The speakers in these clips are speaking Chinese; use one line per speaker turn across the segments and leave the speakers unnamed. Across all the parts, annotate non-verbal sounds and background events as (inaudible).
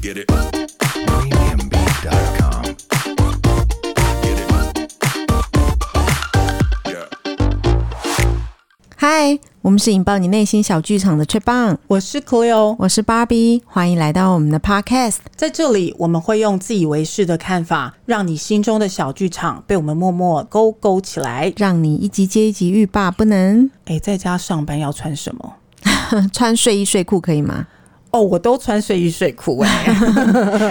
Get it. Premiumbeat.com. Get it. Yeah.
嗨，我们是引爆你内心小剧场的 t r i p on，
我是 Cleo，
我是芭比，欢迎来到我们的 Podcast。
在这里我们会用自以为是的看法，让你心中的小剧场被我们默默勾勾起来。
让你一集接一集欲罢不能。呃
哎，在家上班要穿什么？
穿睡衣睡裤可以
(laughs)
吗？
哦，我都穿睡衣睡裤哎、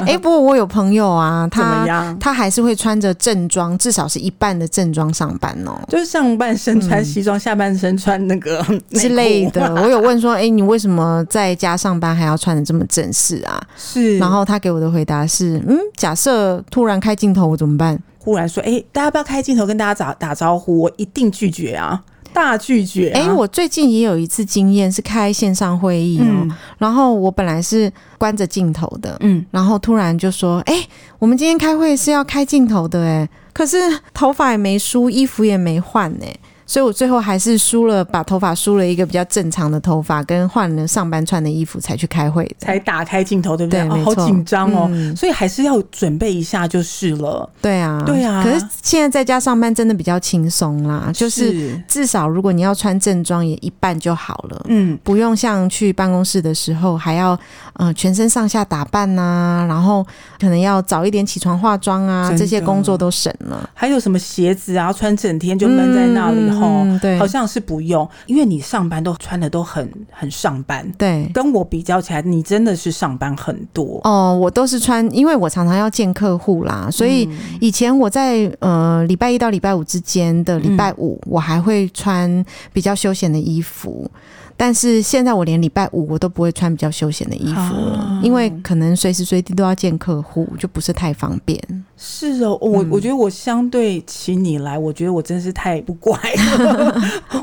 哎、不过我有朋友啊，
怎么
(laughs) 他
样
他还是会穿着正装，至少是一半的正装上班哦
就是上半身穿西装，下半身穿那个内
嗯之
裤
类的。我有问说，哎、你为什么在家上班还要穿的这么正式啊？
是，
然后他给我的回答是，嗯，假设突然开镜头我怎么办？
忽然说，哎，大家不要开镜头跟大家打打招呼，我一定拒绝啊，大拒绝、啊。
哎、我最近也有一次经验是开线上会议哦，
嗯
然后我本来是关着镜头的，
嗯，
然后突然就说：“哎、我们今天开会是要开镜头的、哎，可是头发也没梳，衣服也没换、哎，所以我最后还是梳了，把头发梳了一个比较正常的头发，跟换了上班穿的衣服才去开会的。
才打开镜头，对不
对，
对？
没
哦、好
错，
紧张哦、
嗯
所以还是要准备一下就是了。
对啊，
对啊
可是现在在家上班真的比较轻松啦，就是至少如果你要穿正装，也一半就好了。
嗯，
不用像去办公室的时候还要呃全身上下打扮呐、然后可能要早一点起床化妆啊，
真的
这些工作都省了，
还有什么鞋子啊，穿整天就闷在那里
嗯
吼、
嗯对，
好像是不用，因为你上班都穿的都很很上班，
对。
跟我比较起来，你真的是上班很多。
哦，我都是穿，因为我常常要见客户
嗯
啦，所以以前我在呃礼拜一到礼拜五之间的礼拜五，
嗯
我还会穿比较休闲的衣服，但是现在我连礼拜五我都不会穿比较休闲的衣服了，
啊
因为可能随时随地都要见客户，就不是太方便。
是哦，我、
嗯
我觉得我相对起你来，我觉得我真是太不乖
(laughs)
了，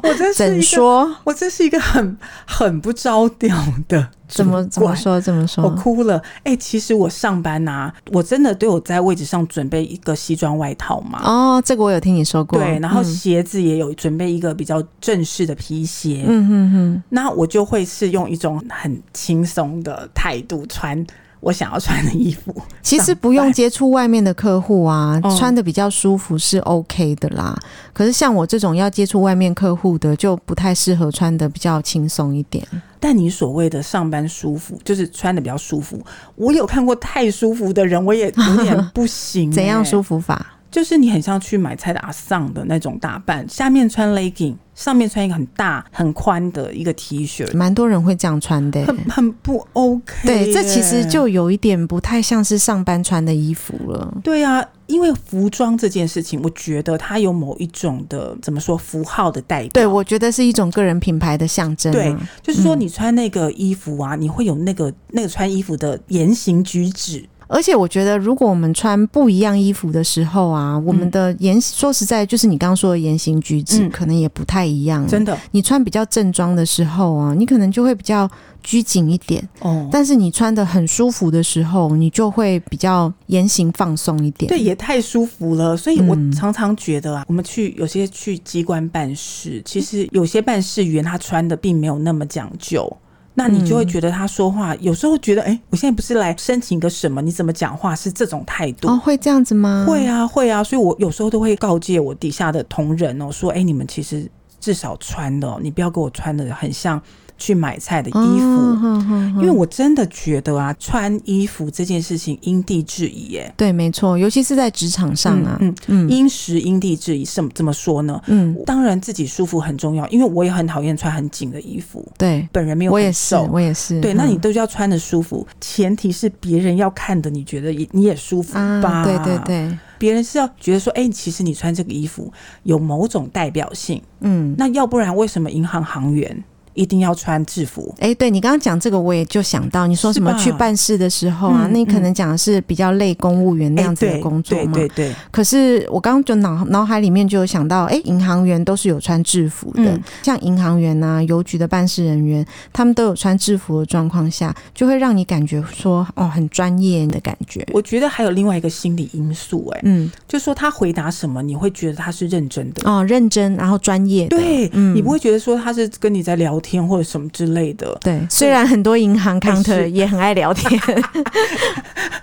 我真是
怎
一个，
说？
我真是一个很很不着调的主
怎么怎么
管
说？怎么
我
说？
哭了，哎、其实我上班呐、我真的都有在位置上准备一个西装外套嘛，
哦，这个我有听你说过。
啊对，然后
嗯
鞋子也有准备一个比较正式的皮鞋，
嗯哼哼，
那我就会是用一种很轻松的态度穿我想要穿的衣服。 (laughs)
其实不用接触外面的客户啊，
哦
穿的比较舒服是 OK 的啦。可是像我这种要接触外面客户的，就不太适合穿的比较轻松一点。
但你所谓的上班舒服，就是穿的比较舒服。我有看过太舒服的人，我也有点不
(laughs)
行、
怎样舒
服？
服法？
就是你很像去买菜的阿桑的那种打扮，下面穿 legging，上面穿一个很大很宽的一个 T 恤，
蛮多人会这样穿的欸、
很很不 OK 欸
对，
耶。
这其实就有一点不太像是上班穿的衣服了。
对啊，因为服装这件事情，我觉得它有某一种的怎么说符号的代表。
对，嗯我觉得是一种个人品牌的象征、啊。
对，就是说你穿那个衣服啊，你会有那个那个穿衣服的言行举止。
而且我觉得，如果我们穿不一样衣服的时候啊，我们的言、说实在，就是你刚刚说的言行举止，
嗯
可能也不太一样。
真的
你穿比较正装的时候啊，你可能就会比较拘谨一点；
哦，
但是你穿的很舒服的时候，你就会比较言行放松一点。
对，也太舒服了。所以我
嗯
常常觉得啊，我们去有些去机关办事，其实有些办事员他穿的并没有那么讲究。那你
嗯
就会觉得他说话，有时候觉得，哎、我现在不是来申请个什么，你怎么讲话是这种态度？
哦，会这样子吗？
会啊，会啊，所以我有时候都会告诫我底下的同仁哦，说，哎、你们其实至少穿的、哦，你不要给我穿的很像去买菜啊的衣服，
哦哼哼
因
哼
为我真的觉得啊，穿衣服这件事情因地制宜耶。
对，没错，尤其是在职场上啊，
嗯，
嗯
嗯因时因地制宜，怎么怎么说呢？
嗯
当然自己舒服很重要，因为我也很讨厌穿很紧的衣服，
对，
本人没有
我也
很
是，
瘦。
我也是。
对，那你
嗯
都要穿的舒服，前提是别人要看的，你觉得也你也舒服吧？
啊，对对对，
别人是要觉得说，哎、其实你穿这个衣服有某种代表性。
嗯，
那要不然为什么银行行员一定要穿制服。
哎、对你刚刚讲这个，我也就想到你说什么
是吧
去办事的时候啊，
嗯
那你可能讲的是比较类公务员那样子
哎
的工作
对
嘛。
对对对，
可是我刚刚就脑脑海里面就有想到，哎、银行员都是有穿制服的，
嗯
像银行员呐、邮局的办事人员，他们都有穿制服的状况下，就会让你感觉说，哦，很专业的感觉。
我觉得还有另外一个心理因素、哎，
嗯，
就说他回答什么，你会觉得他是认真的。
哦，认真，然后专业的。
对、
嗯
你不会觉得说他是跟你在聊天或者什么之类的，
对，虽然很多银行 counter
哎是
也很爱聊
(laughs)
天，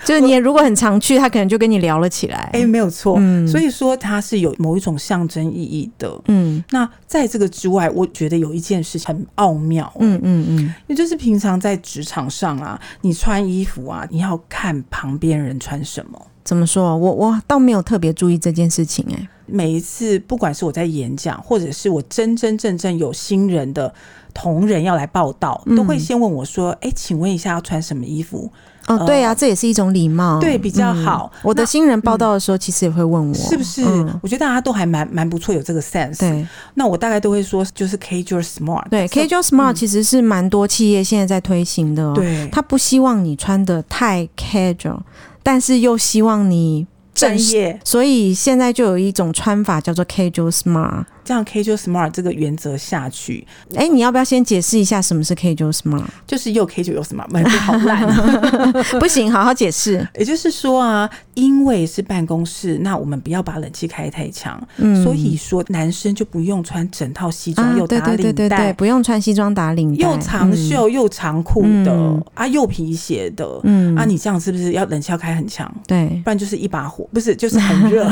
就是你也如果很常去，他可能就跟你聊了起来。
哎、没有错、
嗯
所以说它是有某一种象征意义的。
嗯
那在这个之外，我觉得有一件事情很奥妙，
嗯嗯嗯，
也就是平常在职场上啊，你穿衣服啊，你要看旁边人穿什么。
怎么说？我我倒没有特别注意这件事情、哎，
每一次，不管是我在演讲，或者是我真真正正有新人的同仁要来报道，
嗯
都会先问我说：“哎、请问一下要穿什么衣服？
哦，
呃
对啊，这也是一种礼貌，嗯
对比较好
我的
那
新人报道的时候，其实也会问我，
是不是？”
嗯
我觉得大家都还蛮蛮不错，有这个 sense。
对
那我大概都会说，就是 K your smart。
对，K 九 Smart 其实是蛮多企业现在在推行的哦。，
嗯对，
他不希望你穿的太 casual，但是又希望你正
专
式，
业
所以现在就有一种穿法叫做 casual smart。
这样 K your smart 这个原则下去，
哎、你要不要先解释一下什么是 casual smart？ (laughs)
就是又 K 就又 smart，蛮好烂啊。
不行，好好解释。
也就是说啊，因为是办公室，那我们不要把冷气开太强，
嗯，
所以说男生就不用穿整套西装，
啊，
又
对
打
对对
领
对对，
带，
不用穿西装打领带，
又长
嗯。
袖又长裤的、
嗯
啊，又皮鞋的、
嗯，
啊，你这样是不是要冷气要开很强？
对，
不然就是一把火，不是就是
(laughs)
很热，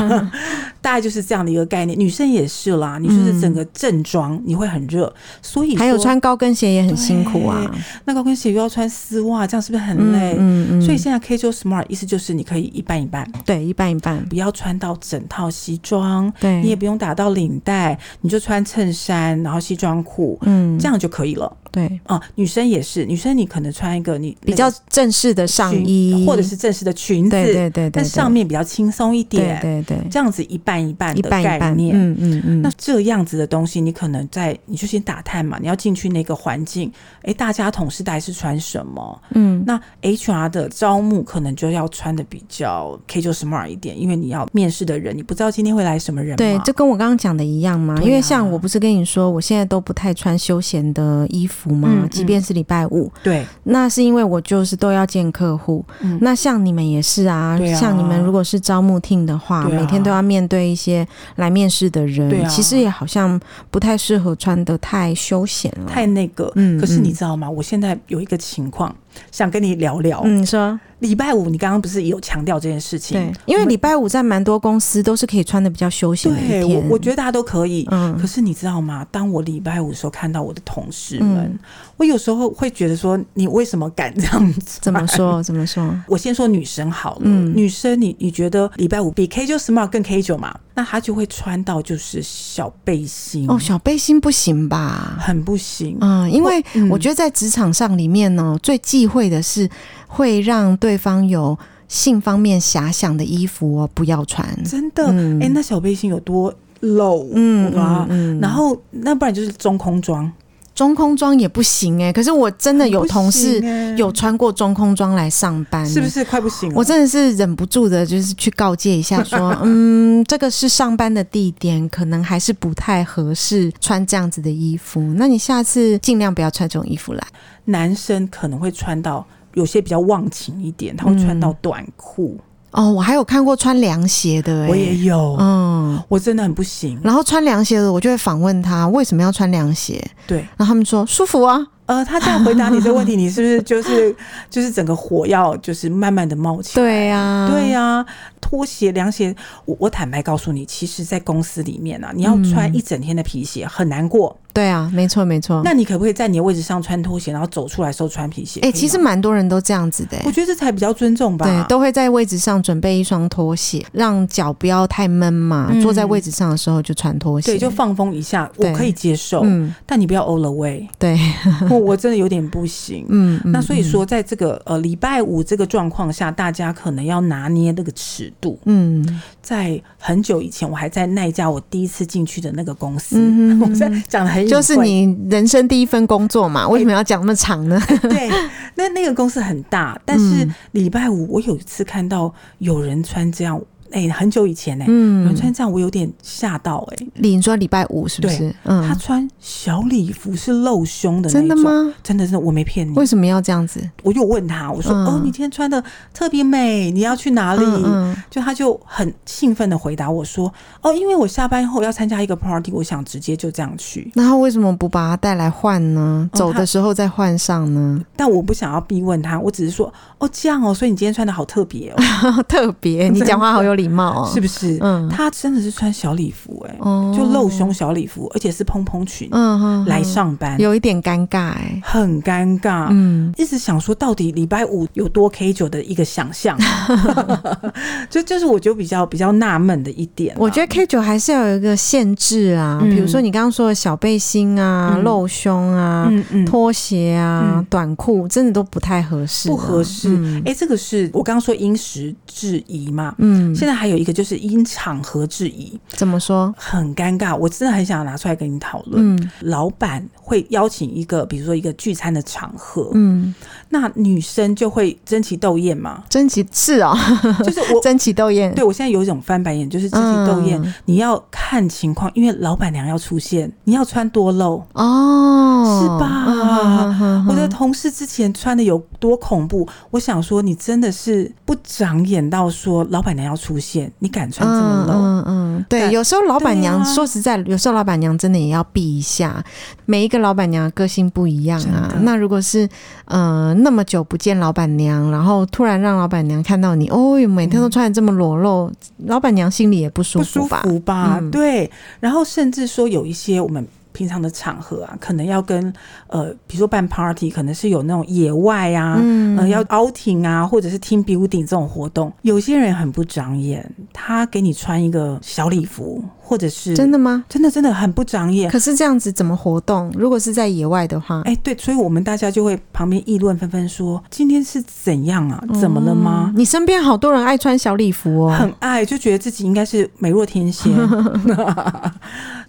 大概就是这样的一个概念。女生也是啦，你就是整个正装，你会很热，所以
嗯还有
说
穿高跟鞋也很辛苦啊，
那高跟鞋又要穿丝袜，这样是不是很累？
嗯嗯，
所以现在 K 就 Smart 意思就是你可以一半一半，
对一半一半，
不要穿到整套西装，
对，
你也不用打到领带，你就穿衬衫，然后西装裤，
嗯
这样就可以了
对
啊、女生也是，女生你可能穿一个你
比较
那个
正式的上
裙
衣，
或者是正式的裙子，
对对对对，
但上
面
面比较轻松一
对
点，
对对，
这样子一半一半
一
的
半一
概
半，
念。
嗯嗯嗯，
那这样子的东西，你可能在你就先打探嘛，你要进去那个环境，诶，大家同事大概是穿什么？
嗯
那 HR 的招募可能就要穿的比较 K 就 smart 一点，因为你要面试的人，你不知道今天会来什么人嘛。
对，就跟我刚刚讲的一样嘛，
对啊
因为像我不是跟你说，我现在都不太穿休闲的衣服嘛，
嗯嗯
即便是礼拜五，
对
那是因为我就是都要见客户。
嗯
那像你们也是啊，
对啊
像你们如果是招募 team 的话，
对啊
每天都要面对一些来面试的人，
对啊
其实也好像不太适合穿的太休闲了。
太那个。
嗯
可是你
嗯
知道吗？我现在有一个情况想跟你聊聊。
嗯，你说
礼拜五你刚刚不是也有强调这件事
对
情？，
因为
我们
礼拜五在蛮多公司都是可以穿的比较休闲的一
对
天。
我我觉得大家都可以。可
嗯，
是你知道吗？当我礼拜五的时候看到我的同事们，
嗯
我有时候会觉得说，你为什么敢这样子？
怎么？ (laughs) 说怎么说？
我先说女生好了，
嗯
女生你你觉得礼拜五比 K 九 smart 更 K 九嘛？那她就会穿到就是小背心，
哦，小背心不行吧？
很不行。
嗯，因为
嗯
我觉得在职场上里面呢，最忌讳的是会让对方有性方面遐想的衣服哦，不要穿。
真的，哎、
嗯
那小背心有多露
嗯
啊？
嗯嗯
然后那不然就是中空装，
中空装也不行哎、可是我真的有同
不
事
行欸
有穿过中空装来上班、
是不？是快不行了？
我真的是忍不住的，就是去告诫一下
(laughs)
说，嗯，这个是上班的地点，可能还是不太合适穿这样子的衣服。那你下次尽量不要穿这种衣服来。
男生可能会穿到有些比较忘情一点，他
嗯
会穿到短裤，
哦，我还有看过穿凉鞋的、欸，
我也有，
嗯，
我真的很不行。
然后穿凉鞋的，我就会反问他为什么要穿凉鞋，
对，
然后他们说舒服啊，
呃，他这样回答你这个
(laughs)
问题，你是不是就是就是整个火要就是慢慢的冒起来？
对啊呀、
对啊呀、拖鞋、凉鞋，我我坦白告诉你，其实，在公司里面啊，你要穿一整天的皮鞋很难过。
对啊，没错没错。
那你可不可以在你的位置上穿拖鞋，然后走出来的时候穿皮鞋？
哎、
可以吗啊
其实蛮多人都这样子的、
我
欸。
觉得这才比较尊重吧。
对，都会在位置上准备一双拖鞋，让脚不要太闷嘛。
嗯
坐在位置上的时候就穿拖鞋，
对，就放风一下，
对
我可以接受，
嗯，
但你不要 all
(laughs)
the way，
对，
我我真的有点不行。
嗯，嗯
那所以，说，在这个呃礼拜五这个状况下，大家可能要拿捏那个尺度。
嗯，
在很久以前，我还在那一家我第一次进去的那个公司，
嗯哼哼
(laughs) 我在讲的很很隐晦
就是你人生第一份工作嘛，为什么要讲那么长呢？
对，那那个公司很大，
嗯
但是礼拜五我有一次看到有人穿这样，哎、很久以前呢、有人
嗯，
穿这样我有点吓到哎、
你说礼拜五是不是？
他
嗯，
穿小礼服是露胸的那
真的
种？嗯
吗？
真的真的，我没骗你。
为什么要这样子？
我就问他，我说：“
嗯
哦，你今天穿的特别美，你要去哪里？”
嗯嗯
就他就很兴奋的回答我说：“哦，因为我下班后要参加一个 party，我想直接就这样去，
那他为什么不把它带来换呢？
哦
走的时候再换上呢？
但我不想要逼问他，我只是说哦这样哦，所以你今天穿的好特别哦，
(laughs) 特别，你讲话好有礼貌哦。
是不是？
嗯
他真的是穿小礼服哎、
哦
就露胸小礼服，而且是蓬蓬裙、
嗯哼，
来上班，
有一点尴尬哎、
很尴尬。
嗯，
一直想说，到底礼拜五有多 K 九的一个
(laughs)
想象， (laughs) 就就是我就比较比较纳闷的一点啊、
我觉得 K 九还是要有一个限制啊，
嗯
比如说你刚刚说的小背心啊、
嗯
露胸啊、
嗯嗯
拖鞋啊、
嗯
短裤，真的都不太合适啊、
不合适。哎、
嗯
这个是我刚刚说因时制宜嘛。
嗯，
现在还有一个就是因场合制宜，
怎么说？
很尴尬，我真的很想拿出来跟你讨论。
嗯
老板会邀请一个，比如说一个聚餐的场合，
嗯，。
那女生就会争奇斗艳嘛
(laughs) 争奇是哦， (laughs)
就是我，
争奇斗艳，
对我现在有一种翻白眼，就是争奇斗艳。
嗯
你要看情况，因为老板娘要出现，你要穿多露。
哦，
是吧
嗯哼哼哼
我的同事之前穿的有多恐怖，我想说你真的是不长眼到说老板娘要出现，你敢穿这么露？
嗯嗯嗯，对，
但
有时候老板娘、
对啊
说实在，有时候老板娘真的也要避一下。每一个老板娘的个性不一样啊
真的。
那如果是呃那么久不见老板娘，然后突然让老板娘看到你，哦，每天都穿的这么裸露，老板娘心里也不舒
嗯不舒
吧？
服啊吧？
嗯
对，然后甚至说有一些我们。平常的场合啊，可能要跟呃，比如说办 party，可能是有那种野外啊，嗯、呃，要 outing 啊，或者是 team building 这种活动，有些人很不长眼，他给你穿一个小礼服，或者是
真的吗？
真的真的很不长眼。
可是这样子怎么活动？如果是在野外的话，
哎、对，所以我们大家就会旁边议论纷纷说，今天是怎样啊？怎么了吗？
嗯你身边好多人爱穿小礼服哦。
很爱，就觉得自己应该是美若
(laughs)
天仙，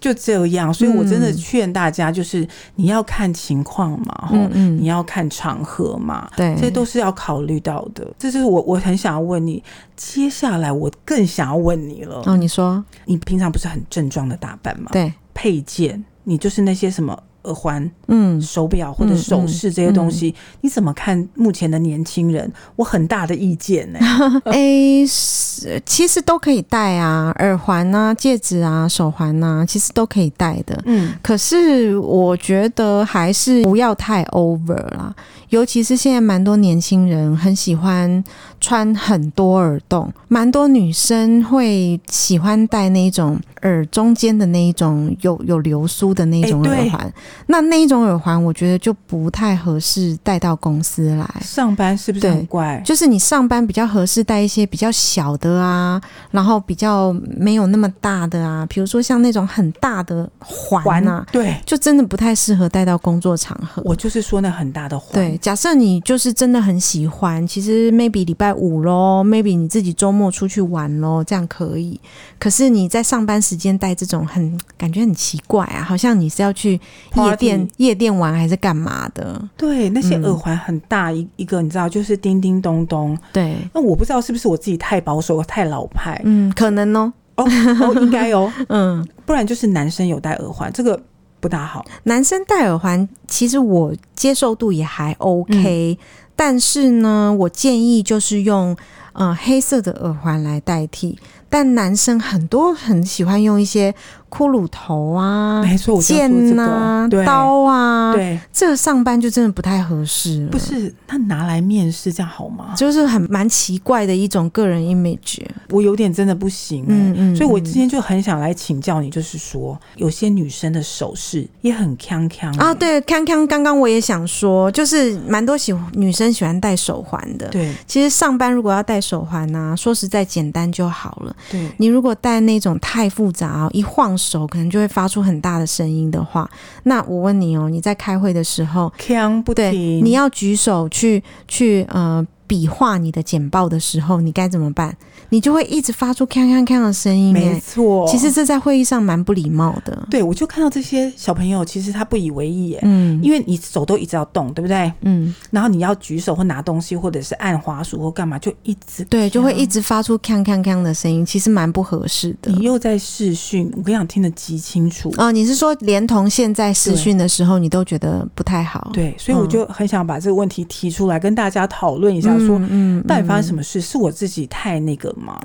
就这样。所以我真
嗯
的劝大家，就是你要看情况嘛，吼、
嗯
你
嗯，
要看场合嘛，
对，
这都是要考虑到的。这就是我我很想要问你，接下来我更想要问你了。
哦，你说
你平常不是很正装的打扮吗？
对，
配件，你就是那些什么耳环、
嗯，
手表或者
嗯
首
嗯
饰这些东西，你怎么看目前的年轻人？我很大的意见呢、
(laughs) 诶、是其实都可以戴啊，耳环啊、戒指啊、手环啊，其实都可以戴的。
嗯，
可是我觉得还是不要太 over 啦，尤其是现在蛮多年轻人很喜欢穿很多耳洞，蛮多女生会喜欢戴那种耳中间的那一种有有流苏的那一种
诶对
耳环，那那一种耳环我觉得就不太合适带到公司来。
上班是不是
对
很怪？
就是你上班比较合适带一些比较小的啊，然后比较没有那么大的啊，比如说像那种很大的环啊，
嗯对，
就真的不太适合带到工作场合。
我就是说那很大的环，
对，假设你就是真的很喜欢，其实 maybe 礼拜五咯，maybe 你自己周末出去玩咯，这样可以。可是你在上班时间带这种很感觉很奇怪啊，好像你是要去夜
Party
店夜店玩还是干嘛的？
对，那些
嗯
耳环很大一一个，你知道，就是叮叮咚咚。
对，
那我不知道是不是我自己太保守、太老派
嗯，可能哦，
哦，哦应该哦，
嗯。
不然就是男生有戴耳环，这个不大好。
男生戴耳环，其实我接受度也还 OK，、但
嗯
是呢，我建议就是用呃黑色的耳环来代替。但男生很多很喜欢用一些骷髅头啊、
没哎错，我就要
剑
说这
啊
个，、对，
刀啊，
对，
这个上班就真的不太合适了
不是，那拿来面试这样好吗？
就是很蛮奇怪的一种个人 image。
我有点真的不行、欸
嗯嗯，
所以我今
嗯
天就很想来请教你，就是说，有些女生的首饰也很锵锵
啊，对，康康刚刚我也想说，就是蛮多喜女生喜欢戴手环的，
对
其实上班如果要戴手环呐、说实在简单就好了。
对，
你如果戴那种太复杂、一晃手可能就会发出很大的声音的话，那我问你哦，你在开会的时候，
锵不
对，
停，
你要举手去去呃。比划你的简报的时候，你该怎么办？你就会一直发出“锵锵锵”的声音、
没
欸。
错，
其实这在会议上蛮不礼貌的。
对我就看到这些小朋友，其实他不以为意耶，
嗯
因为你手都一直要动，对不对？
嗯，
然后你要举手或拿东西，或者是按滑鼠或干嘛，就一直
对，就
啊
会一直发出“锵锵锵”的声音，其实蛮不合适的
你。又在视讯，我跟你讲，听得极清楚。
哦，你是说连同现在视讯的时候，你都觉得不太好？
对，所以我就很想把这个问题提出来，跟大家讨论一
嗯，
下说，
嗯
到底发
么？
生什么事？是我自己太那个吗？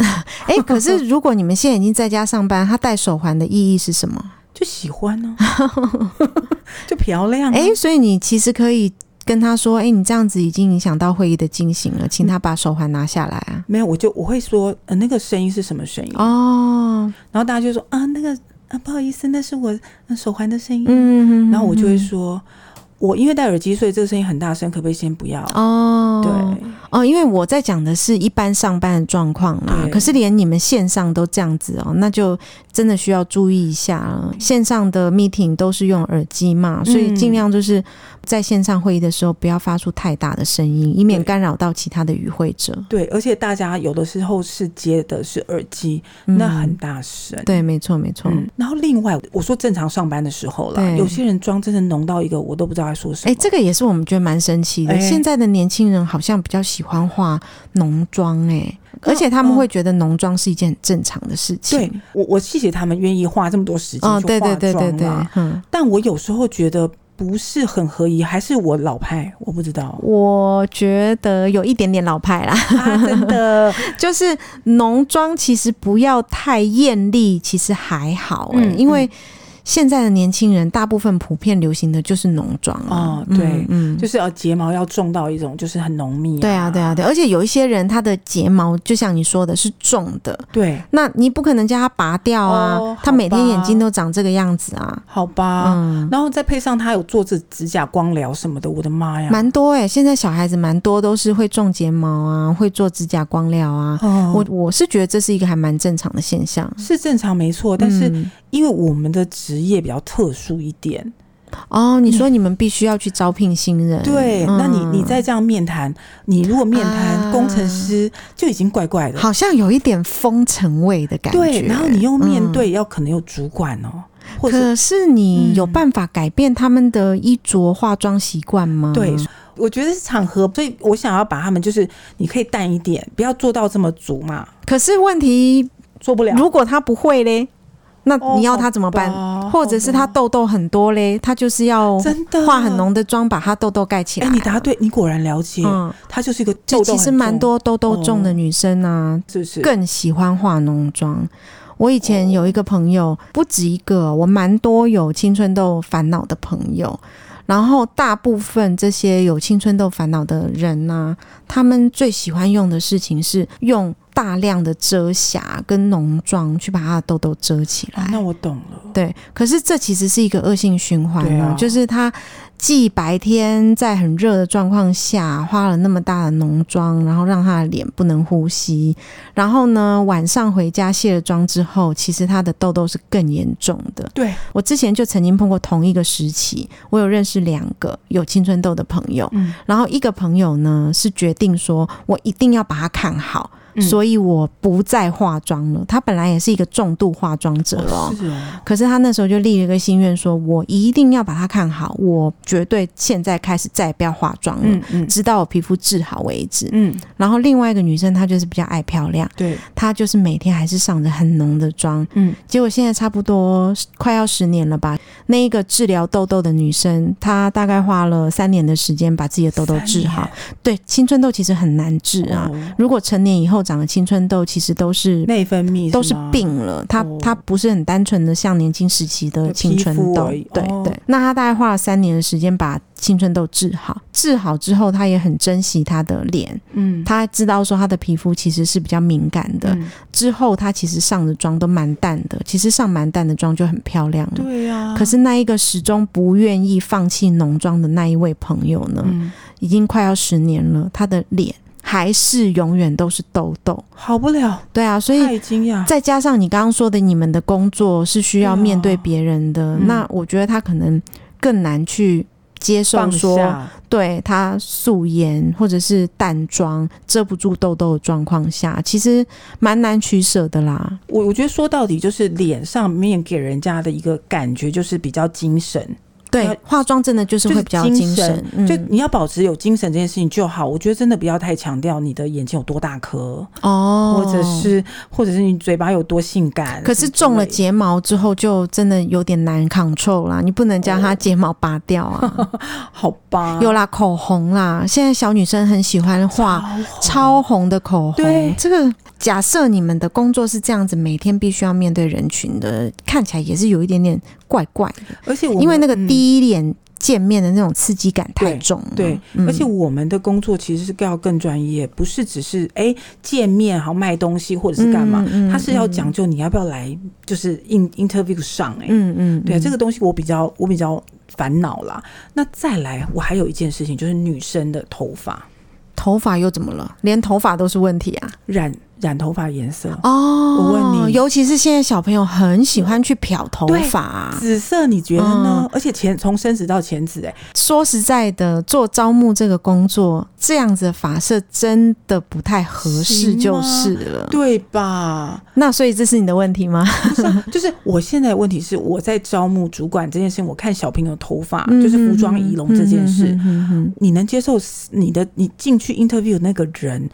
哎、
(laughs)
可是如果你们现在已经在家上班，他戴手环的意义是什么？
就喜欢
(laughs)
呢、就漂亮、啊。
哎、所以你其实可以跟他说，哎、你这样子已经影响到会议的进行了，请他把手环拿下来啊。
没有，我就我会说，呃，那个声音是什么声音？
哦，
然后大家就说啊，那个啊，不好意思，那是我呃手环的声音。
嗯，
然后我就会说，我因为戴耳机，所以这个声音很大声，可不可以先不要？
哦，
对，
哦，因为我在讲的是一般上班的状况啦
对，
可是连你们线上都这样子哦，那就真的需要注意一下了。
嗯
线上的 meeting 都是用耳机嘛，所以尽量就是在线上会议的时候不要发出太大的声音，以免
对
干扰到其他的与会者。
对，而且大家有的时候是接的是耳机，
嗯
那很大声。
对，没错，没错。
嗯，然后另外我说正常上班的时候啦，
对
有些人妆真的浓到一个我都不知道在说什
哎、
么。
这个也是我们觉得蛮神奇的。
哎
现在的年轻人好像比较喜欢化浓妆、哎，
可
而且他们
嗯
会觉得浓妆是一件很正常的事情。
对，我，我谢谢他们愿意花这么多时间
哦，
去
对
化
对对对
妆
对
啦。，
嗯。
但我有时候觉得不是很合宜，还是我老派，我不知道 (laughs)
我觉得有一点点老派啦， (laughs)
啊，真的，
就是浓妆其实不要太艳丽，其实还好、欸，
嗯
因为现在的年轻人大部分普遍流行的就是浓妆啊
哦对
嗯
就是要睫毛要重到一种就是很浓密、
对啊，对啊，对，而且有一些人他的睫毛就像你说的是重的，
对，
那你不可能叫他拔掉啊，
哦
他每天
好吧
眼睛都长这个样子啊，
好吧。
嗯，
然后再配上他有做这指甲光疗什么的，我的妈呀！
蛮多哎、现在小孩子蛮多都是会种睫毛啊，会做指甲光疗啊，
哦
我我是觉得这是一个还蛮正常的现象。
是正常没错，但是
嗯
因为我们的职业比较特殊一点，
哦，你说你们必须要去招聘新人，
对，
嗯
那你你再这样面谈，你如果面谈
啊
工程师就已经怪怪的，
好像有一点风尘味的感觉。
对，然后你又面
嗯，
对要可能有主管哦，或者
可是你
嗯
有办法改变他们的衣着化妆习惯吗？
嗯对，我觉得是场合，所以我想要把他们就是你可以淡一点，不要做到这么足嘛，
可是问题，
做不了。
如果他不会嘞，那
哦
你要他怎么办？
好吧
或者是
好
他
吧
痘痘很多嘞，他就是要
真的
化很？浓的妆把他痘痘盖起
哎、
来。
你答对，你果然了解，
嗯，
她就是一个
就
痘痘
其实
很
蛮
重，哦
多痘痘重的女生啊，
是不是？
更喜欢化浓妆。我以前有一个朋友，不止一个，我蛮多有青春痘烦恼的朋友。然后大部分这些有青春痘烦恼的人呢、他们最喜欢用的事情是用大量的遮瑕跟浓妆去把他的痘痘遮起
啊
来。
那我懂了，
对，可是这其实是一个恶性循环
对
呢、
啊
就是他既白天在很热的状况下化了那么大的浓妆，然后让他的脸不能呼吸，然后呢晚上回家卸了妆之后，其实他的痘痘是更严重的。
对，
我之前就曾经碰过同一个时期，我有认识两个有青春痘的朋友，
嗯
然后一个朋友呢是决定说我一定要把它看好。
嗯
所以我不再化妆了。他本来也是一个重度化妆者哦
哦，是哦，
可是他那时候就立了一个心愿，说我一定要把它看好，我绝对现在开始再也不要化妆了。
嗯嗯
直到我皮肤治好为止。
嗯，
然后另外一个女生她就是比较爱漂亮，
对，
她就是每天还是上着很浓的妆。
嗯，
结果现在差不多快要十年了吧。那一个治疗痘痘的女生，她大概花了三年的时间把自己的痘痘治好。啊对，青春痘其实很难治
三年
啊。
哦
如果成年以后长的青春痘，其实都是
内分泌
都是
吗，
病了，它
哦
它不是很单纯的像年轻时期的青春
皮肤
痘
而已，
对
哦
对。那他大概花了三年的时间把青春痘治好，治好之后，他也很珍惜他的脸，
嗯，
他知道说他的皮肤其实是比较敏感的。
嗯
之后他其实上的妆都蛮淡的，其实上蛮淡的妆就很漂亮了。
对啊呀、
嗯可是那一个始终不愿意放弃浓妆的那一位朋友呢，
嗯，
已经快要十年了，他的脸还是永远都是痘痘。
好不了，
对啊，所以
太惊讶，
再加上你刚刚说的，你们的工作是需要面对别人的，
对啊
那我觉得他可能更难去接受
放
说，
下，
对他素颜或者是淡妆遮不住痘痘的状况下，其实蛮难取舍的啦。
我我觉得说到底就是脸上面给人家的一个感觉就是比较精神，要
对，化妆真的就是
就是
会比较
精
精神，嗯、
就你要保持有精神这件事情就好。我觉得真的不要太强调你的眼睛有多大颗，
哦，
或者是或者是你嘴巴有多性感。
可是中了睫毛之后，就真的有点难 control 啦，你不能将它睫毛拔掉
(laughs)
啊。
好吧，
有啦，口红啦，现在小女生很喜欢画超红的口红。
对
这个假设你们的工作是这样子，每天必须要面对人群的，看起来也是有一点点怪怪的，
而且我们
因为那个
嗯
第一脸见面的那种刺激感太
对
重了。
对，
嗯
而且我们的工作其实是要更专业，不是只是哎、见面好卖东西或者是干嘛，
嗯嗯
它是要
嗯
讲究你要不要来，就是 in interview 上哎、
嗯嗯，
对啊，
嗯
这个东西我比较我比较烦恼啦。那再来，我还有一件事情就是女生的头发
头发又怎么了？连头发都是问题啊！
染染头发颜色，
哦，
我问你
尤其是现在小朋友很喜欢去漂头
对
发、啊
紫色你觉得呢？
嗯
而且前从深紫到浅紫、哎，
说实在的，做招募这个工作，这样子的发色真的不太合适，就是了。
啊对吧？
那所以这是你的问题吗？嗯
就是我现在的问题是，我在招募主管这件事情，我看小朋友头发，
嗯
就是服装仪容这件事，
嗯嗯嗯嗯嗯
你能接受你的你进去 interview 的那个人，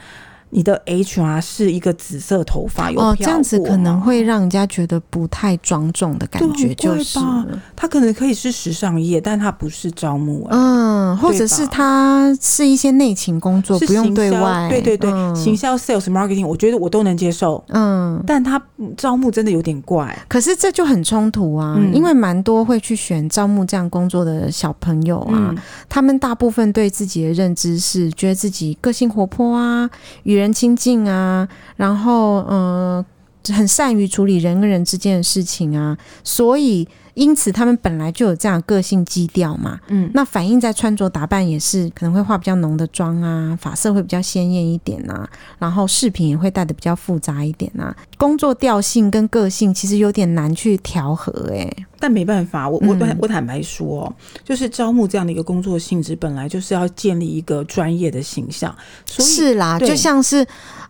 你的 HR 是一个紫色头发有
哦，
漂
这样子
过
可能
吗
会让人家觉得不太庄重的感觉，
对
就
很
是
怪吧
了
他可能可以是时尚业，但他不是招募啊。
嗯，或者是他是一些内勤工作，
是
不用对
行销
外，
对对对，
嗯
行销、sales、marketing，我觉得我都能接受，
嗯。
但他招募真的有点怪。
可是这就很冲突啊，
嗯
因为蛮多会去选招募这样工作的小朋友啊，
嗯，
他们大部分对自己的认知是，觉得自己个性活泼啊，与人亲近啊，然后嗯、呃，很善于处理人跟人之间的事情啊，所以因此他们本来就有这样的个性基调嘛。
嗯，
那反映在穿着打扮也是，可能会化比较浓的妆啊，发色会比较鲜艳一点啊，然后饰品也会戴的比较复杂一点啊。工作调性跟个性其实有点难去调和、欸，
但没办法，我我
嗯
我坦白说、就是招募这样的一个工作性质，本来就是要建立一个专业的形象，所以
是啦，
对
就像是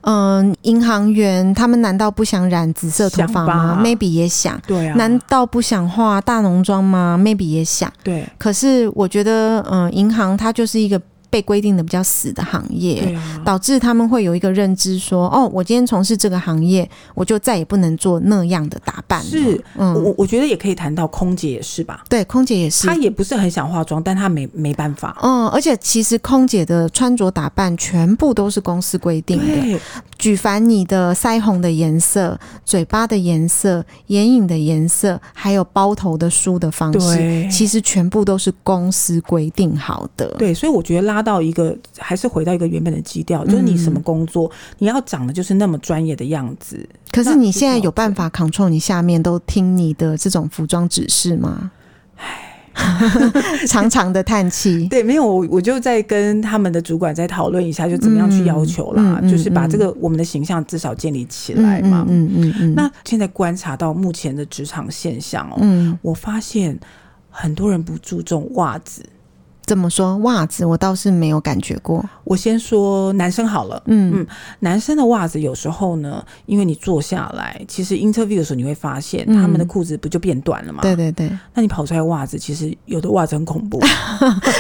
嗯、银行员他们难道不想染紫色头发
想
吗
吧
？Maybe 也想。
对啊，
难道不想化大浓妆吗？Maybe 也想。
对
可是我觉得，嗯、银行它就是一个被规定的比较死的行
对
业，
啊，
导致他们会有一个认知说，哦，我今天从事这个行业，我就再也不能做那样的打扮了。
是我
嗯，
我我觉得也可以谈到空姐也是吧，
对，空姐也是
她。也不是很想化妆，但她没没办法，
嗯，而且其实空姐的穿着打扮全部都是公司规定的，
对，
举凡你的腮红的颜色、嘴巴的颜色、眼影的颜色，还有包头的梳的方
对
式，其实全部都是公司规定好的。，
对，所以我觉得拉到一个，还是回到一个原本的基
嗯
调，就是你什么工作，你要长的就是那么专业的样子。
可是你现在有办法 control 你下面都听你的这种服装指示吗？
(laughs)
唉， (laughs) 长长的叹气。
对，没有，我我就在跟他们的主管再讨论一下，就怎么样去要求啦，
嗯嗯嗯
就是把这个我们的形象至少建立起来嘛。
嗯嗯嗯，
那现在观察到目前的职场现象哦，
嗯
我发现很多人不注重袜子。
怎么说袜子我倒是没有感觉过。
我先说男生好了，
嗯
嗯男生的袜子有时候呢，因为你坐下来，其实 interview 的时候你会发现
嗯
他们的裤子不就变短了吗？
对对对，
那你跑出来袜子，其实有的袜子很
(laughs)
恐怖，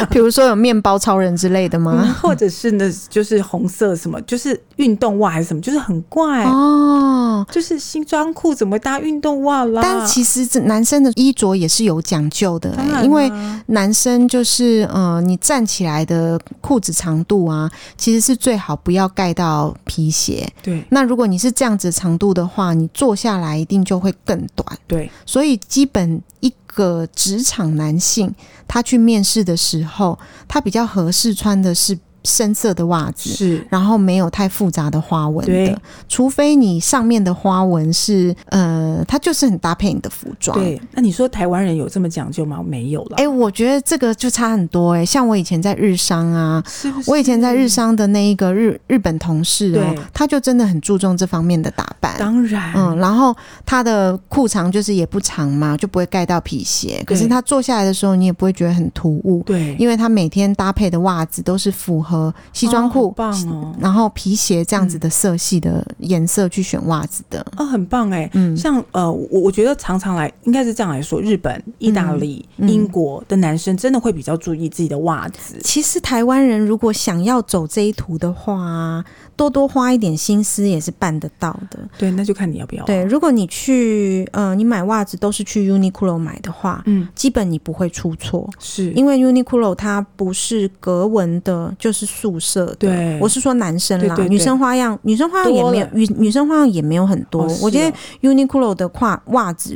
比如说有面包超人之类的
嗯
吗？
(laughs) 或者是呢，就是红色什么，就是运动袜还是什么，就是很怪，啊
哦，
就是西装裤怎么搭运动袜啦？
但其实这男生的衣着也是有讲究的、
啊当然啊啦
因为男生就是呃，你站起来的裤子长度啊，其实是最好不要盖到皮鞋。
对
那如果你是这样子长度的话，你坐下来一定就会更短。
对
所以基本一个职场男性，他去面试的时候，他比较合适穿的是深色的袜子，
是
然后没有太复杂的花纹
对
的，除非你上面的花纹是呃，它就是很搭配你的服装。
对。那你说台湾人有这么讲究吗？没有了
哎、，我觉得这个就差很多哎、像我以前在日商啊，
是不是
我以前在日商的那一个日日本同事哦、
对
他就真的很注重这方面的打扮。
当然，
嗯，然后他的裤长就是也不长嘛，就不会盖到皮鞋。可是
对
他坐下来的时候，你也不会觉得很突兀，
对，
因为他每天搭配的袜子都是符合西装
哦好
裤、
棒哦，
然后皮鞋这样
嗯
子的色系的颜色去选袜子的。
哦，很棒哎。
嗯，
像呃，我我觉得常常来，应该是这样来说，日本、意大利、
嗯
英国的男生真的会比较注意自己的袜子，
其实台湾人如果想要走这一途的话，多多花一点心思也是办得到的。
对，那就看你要不要。，
对，如果你去呃，你买袜子都是去 Uniqlo 买的话，
嗯，
基本你不会出错。
是，
因为 Uniqlo 它不是格纹的，就是素色的。
对
我是说男生啦，
对对对
女生花样，女生花样也没有
多了，
女女生花样也没有很多。
哦是
我觉
哦
得 Uniqlo 的袜袜子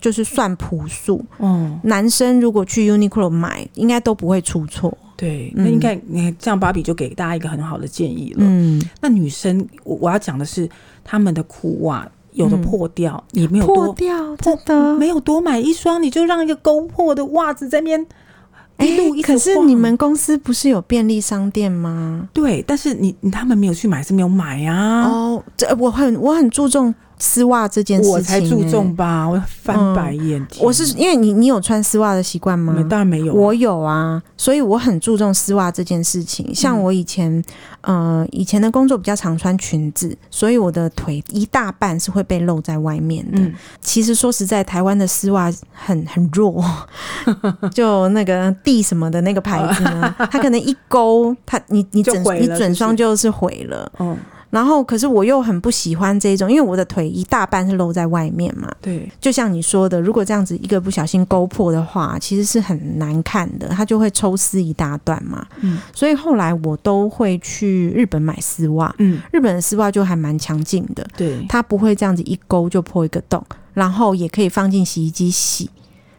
就是算朴素，
哦，
男生如果去 Uniqlo 买，应该都不会出错。
对，
嗯
那应该你看这样，芭比就给大家一个很好的建议了。
嗯，
那女生，我我要讲的是，她们的裤袜有的
嗯
破掉，你没有
破
多
掉
破
真的
没有多买一双，你就让一个勾破的袜子在那边一路一直
哎可是
晃
你们公司不是有便利商店吗？
对，但是你你他们没有去买是没有买啊。
哦，这我很我很注重丝袜这件事情、欸嗯
我才注重。吧，我翻白眼。天
我是因为你，你有穿丝袜的习惯吗
没？当然没有啊，
我有啊，所以我很注重丝袜这件事情。像我以前，呃，以前的工作比较常穿裙子，所以我的腿一大半是会被露在外面的。
嗯
其实说实在，台湾的丝袜很很弱， (laughs) 就那个 D 什么的那个牌子
(laughs)
呢，它可能一勾，它你你
就
整
毁了
你
是不
整
是
双就是毁了。
哦，
然后，可是我又很不喜欢这一种，因为我的腿一大半是露在外面嘛。
对，
就像你说的，如果这样子一个不小心勾破的话，其实是很难看的，它就会抽丝一大段嘛。
嗯
所以后来我都会去日本买丝袜，
嗯，
日本的丝袜就还蛮强劲的，
对，
它不会这样子一勾就破一个洞，然后也可以放进洗衣机洗。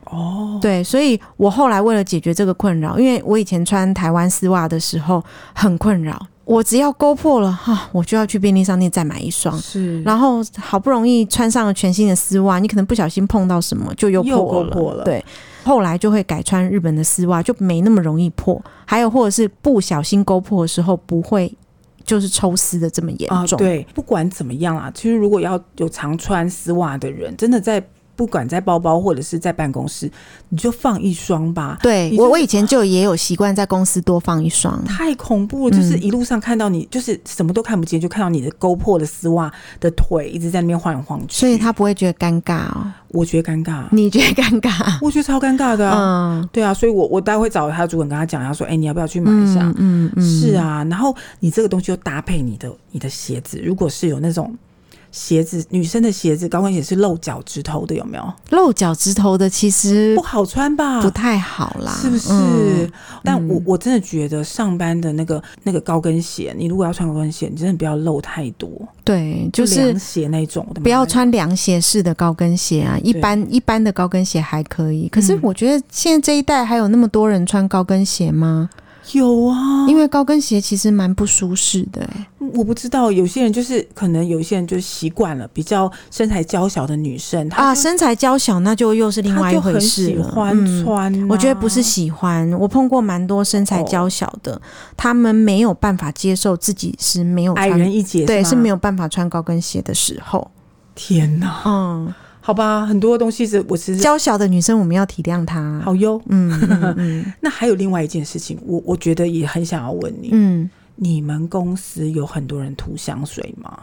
哦，
对，所以我后来为了解决这个困扰，因为我以前穿台湾丝袜的时候很困扰，我只要勾破了哈、我就要去便利商店再买一双。
是，
然后好不容易穿上了全新的丝袜，你可能不小心碰到什么就又
又
破
勾破了
对，后来就会改穿日本的丝袜，就没那么容易破。还有或者是不小心勾破的时候，不会就是抽丝的这么严
啊，
重。
对，不管怎么样啊，其实如果要有常穿丝袜的人，真的在不管在包包或者是在办公室，你就放一双吧。
对
你就
我
是
我以前就也有习惯在公司多放一双。
太恐怖了，就是
嗯
一路上看到你，就是什么都看不见，就看到你的勾破的丝袜的腿一直在那边晃来晃去。
所以他不会觉得尴尬哦，
我觉得尴尬，
你觉得尴
(laughs)
尬？
我觉得超尴尬的、啊。
嗯，
对啊，所以我我待会找他主管跟他讲，他说：“哎、你要不要去买一
嗯
下？”
嗯嗯，
是，啊，然后你这个东西又搭配你的你的鞋子，如果是有那种鞋子，女生的鞋子高跟鞋是露脚趾头的，有没有？
露脚趾头的其实
不好穿吧？
不太好啦，
是不是？
嗯
但我我真的觉得上班的那个那个高跟鞋，你如果要穿高跟鞋，你真的不要露太多，
对，就是
凉鞋那种，我的妈
不要
呀。
穿凉鞋式的高跟鞋啊，一般一般的高跟鞋还可以。可是
嗯
我觉得现在这一代还有那么多人穿高跟鞋吗？
有啊，
因为高跟鞋其实蛮不舒适的、欸。
我不知道，有些人就是可能有些人就习惯了，比较身材娇小的女生，她
啊，
就
身材娇小那就又是另外一回事了。
她就很喜欢
嗯，
穿啊、
我觉得不是喜欢，我碰过蛮多身
哦
材娇小的，他们没有办法接受自己是没有
矮
穿，
人一截，
对，是
吗
没有办法穿高跟鞋的时候。
天哪，
嗯，
好吧，很多东西是我其实
娇小的女生我们要体谅她。
好忧。
嗯嗯嗯
(laughs) 那还有另外一件事情，我我觉得也很想要问你，
嗯。
你们公司有很多人涂香水吗？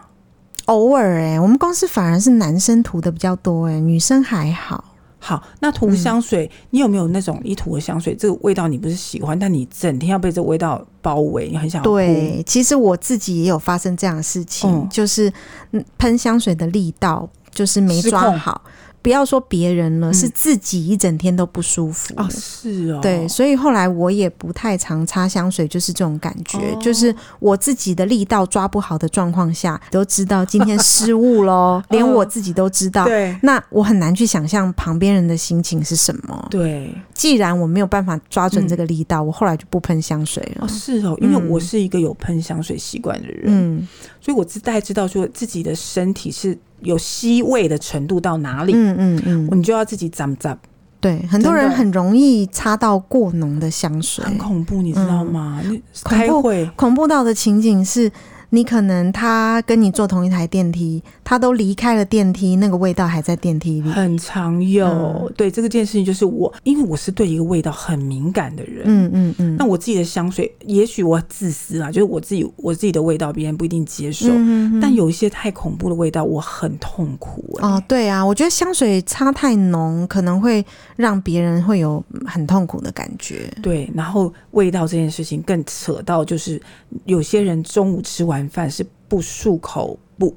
偶尔哎、我们公司反而是男生涂的比较多哎、女生还好。
好，那涂
嗯
香水，你有没有那种一涂的香水，这个味道你不是喜欢，但你整天要被这味道包围，你很想哭
对，其实我自己也有发生这样的事情，
嗯
就是嗯喷香水的力道就是没抓好。不要说别人了，是自己一整天都不舒服。
嗯哦，是哦，
对，所以后来我也不太常擦香水，就是这种感觉，
哦
就是我自己的力道抓不好的状况下，都知道今天失误
(laughs)
喽，连我自己都知道。
嗯对
那我很难去想象旁边人的心情是什么。
对，嗯
既然我没有办法抓准这个力道，我后来就不喷香水了
哦。是哦，因为
嗯
我是一个有喷香水习惯的人，
嗯
所以我自大概知道说自己的身体是有吸味的程度到哪里，
嗯嗯嗯，
你就要自己怎么怎么，
对，很多人
真的
很容易擦到过浓的香水，
很恐怖，你知道吗？你开
嗯恐怖
会
恐怖到的情景是，你可能他跟你坐同一台电梯，他都离开了电梯，那个味道还在电梯里。
很常有，
嗯
对这个件事情就是我，因为我是对一个味道很敏感的人。
嗯嗯嗯，
那我自己的香水，也许我自私啊，就是我自己我自己的味道，别人不一定接受。
嗯嗯嗯
但有一些太恐怖的味道，我很痛苦、欸。
哦，对啊，我觉得香水擦太浓可能会让别人会有很痛苦的感觉。
对，然后味道这件事情更扯到，就是有些人中午吃完饭是不漱口，不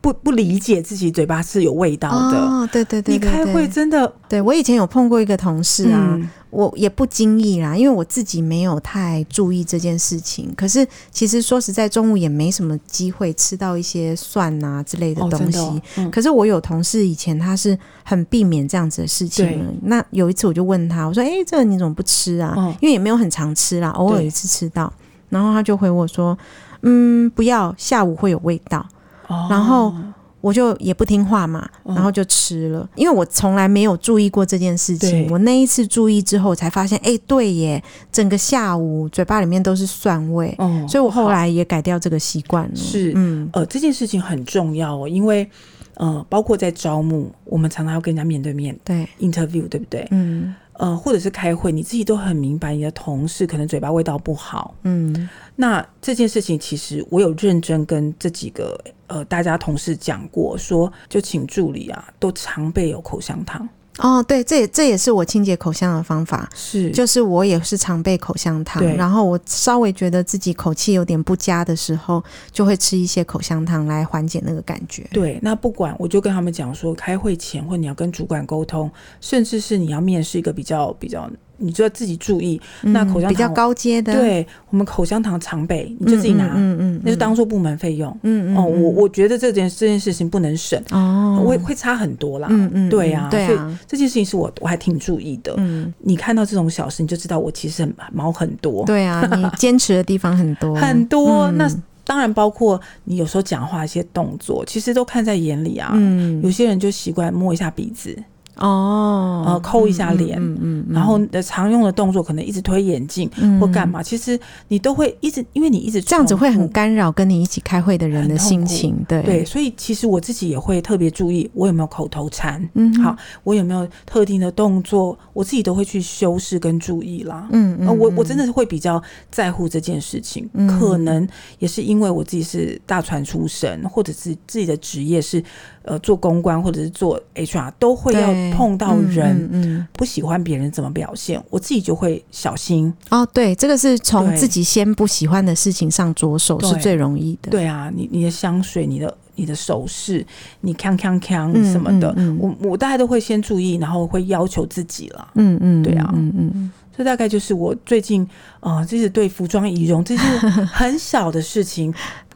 不不理解自己嘴巴是有味道的。
哦，对对对
你
对对，
开会真的
对我以前有碰过一个同事啊，
嗯
我也不经意啦，因为我自己没有太注意这件事情。可是其实说实在，中午也没什么机会吃到一些蒜啊之类的
哦，
东
真
西。
的哦、嗯
可是我有同事以前他是很避免这样子的事情的
对。
那有一次我就问他，我说：“哎、这个你怎么不吃啊？”
嗯
因为也没有很常吃啦，偶尔
对
一次吃到。然后他就回我说：“嗯，不要，下午会有味道。”
哦
然后我就也不听话嘛，
嗯
然后就吃了，因为我从来没有注意过这件事情。
对
我那一次注意之后，我才发现，哎、对耶，整个下午嘴巴里面都是蒜味，
哦，
所以我后来也改掉这个习惯了。
是
嗯，
呃，这件事情很重要哦，因为呃，包括在招募，我们常常要跟人家面对面
对，
interview，对不对？
嗯
呃，或者是开会，你自己都很明白，你的同事可能嘴巴味道不好。
嗯
那这件事情，其实我有认真跟这几个呃大家同事讲过，说就请助理啊，都常备有口香糖，
哦，对，这也这也是我清洁口腔的方法。
是
就是我也是常备口香糖
对，
然后我稍微觉得自己口气有点不佳的时候，就会吃一些口香糖来缓解那个感觉。
对。那不管，我就跟他们讲说，开会前或你要跟主管沟通，甚至是你要面试一个比较比较，你就要自己注意。那口香糖
嗯比较高阶的，
对我们口香糖常备，你就自己拿，
嗯嗯嗯嗯
那就当做部门费用。
嗯嗯
哦，我我觉得这件这件事情不能省，
哦，
会会差很多啦。
嗯嗯，
(laughs) 对啊，
对
所以
啊，
这件事情是我我还挺注意的。
嗯，
你看到这种小事，你就知道我其实很毛很多，
对啊，
(laughs)
你坚持的地方很多，
很多。
嗯
那当然包括你有时候讲话一些动作，其实都看在眼里啊。
嗯
有些人就习惯摸一下鼻子，
哦，
呃，抠一下脸，
嗯嗯，
然后呃常用的动作可能一直推眼镜或干嘛，其实你都会一直，因为你一直
这样子
重复
会很干扰跟你一起开会的人的心情，对
对，，所以其实我自己也会特别注意我有没有口头禅，
嗯，
好，我有没有特定的动作，我自己都会去修饰跟注意啦。
嗯
呃
嗯，
我我真的是会比较在乎这件事情，
嗯
可能也是因为我自己是大船出身，或者是自己的职业是呃做公关或者是做 HR，都会要碰到人。，
嗯，
不喜欢别人怎么表现，我自己就会小心。
哦，对，这个是从自己先不喜欢的事情上着手是最容易的，，
对啊，你你的香水、你的你的首饰、你锵锵锵什么的，
嗯
我我大概都会先注意，然后会要求自己啦。
嗯嗯，
啊
嗯嗯，
这大概就是我最近呃，就是对服装仪容这些很小的
(laughs)
事情，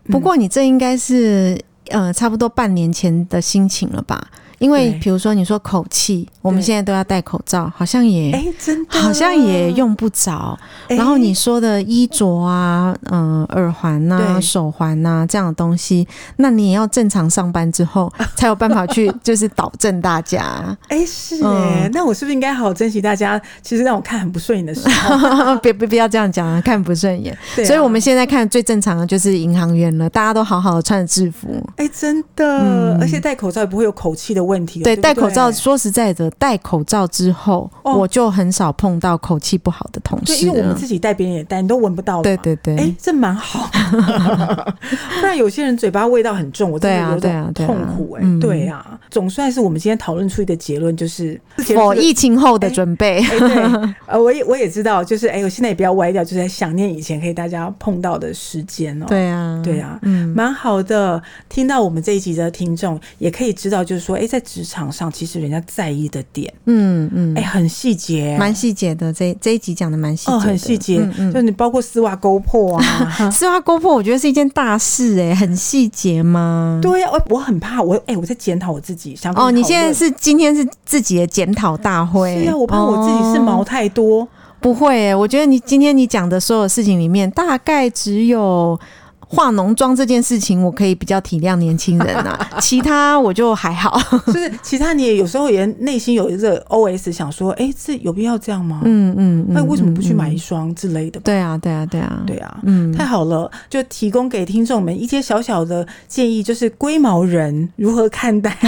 不过你这应该是呃，差不多半年前的心情了吧？因为
对
比如说你说口气，我们
对
现在都要戴口罩，好像也
哎、真的
好像也，用不着。
哎
然后你说的衣着啊，嗯、耳环呐、
对
手环呐、这样的东西，那你也要正常上班之后才有办法去， (laughs) 就是导正大家，
哎、是哎、
嗯
那我是不是应该好好珍惜大家？其实让我看很不顺眼的
(laughs)
时候，
别别不要这样讲啊，看不顺眼。
对啊
所以我们现在看最正常的就是银行员了，大家都好好的穿着制服。
哎、真的、而且戴口罩也不会有口气的问题，
嗯对，
对不对，
戴口罩。说实在的，戴口罩之后，
哦
我就很少碰到口气不好的同
对，
事
因为我们
了。
自己戴，别人也戴，你都闻不到嘛。
对对对，
哎、这蛮好。
(laughs)
不然有些人嘴巴味道很重，我真
对
的
啊
有
对啊
种
对啊
痛苦哎、
嗯
对啊，总算是我们今天讨论出一个结论，就是
我疫情后的准备。
哎、对，呃，我也我也知道，就是哎、我现在也不要歪掉，就是在想念以前可以大家碰到的时间哦。
对啊，
对啊，
嗯，
蛮好的。听到我们这一集的听众也可以知道，就是说，哎、在在职场上，其实人家在意的点，
嗯嗯，
哎、很细节、
蛮细节的。这这一集讲的蛮细节的，
哦，很细节，
嗯
就
嗯。。
你包括丝袜勾破啊
(laughs) 丝袜勾破，我觉得是一件大事哎、很细节吗？
对呀、我我很怕，我哎、我在检讨我自己，想跟
嗯哦，你
讨
现在
论
是今天是自己的检讨大会，
是啊，我怕我自己是毛
哦
太
(laughs)
多，
不会耶、我觉得你今天你讲的所有事情里面，大概只有化浓妆这件事情，我可以比较体谅年轻人 (laughs) 啊，其他我就还好。
就是其他你也有时候也内心有一个 OS 想说，哎、这有必要这样吗？
嗯嗯，嗯
那、哎为什么不去买一
嗯
双之类的吧？
对啊，对啊，对啊，
对啊，
嗯，
太好了，就提供给听众们一些小小的建议，就是龟毛人如何看
(laughs)
待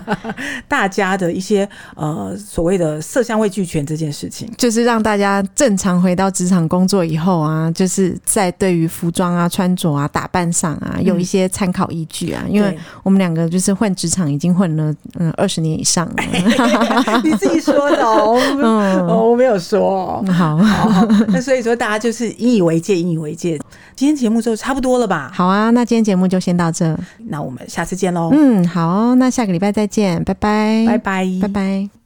(laughs) 大家的一些呃所谓的色香味俱全这件事情。
就是让大家正常回到职场工作以后啊，就是在对于服装啊、穿着啊、打扮上啊，有一些参考依据啊。因为我们两个就是混职场已经混了嗯二十年以上了， (laughs)
对 (laughs) 你自己说的哦，哦，我没有说哦。
嗯，好。
好好 (laughs) 那所以说，大家就是引以为戒，引以为戒。今天节目就差不多了吧？
好啊，那今天节目就先到这。
那我们下次见喽，
嗯，好，那下个礼拜再见，拜拜，
拜拜，
拜拜。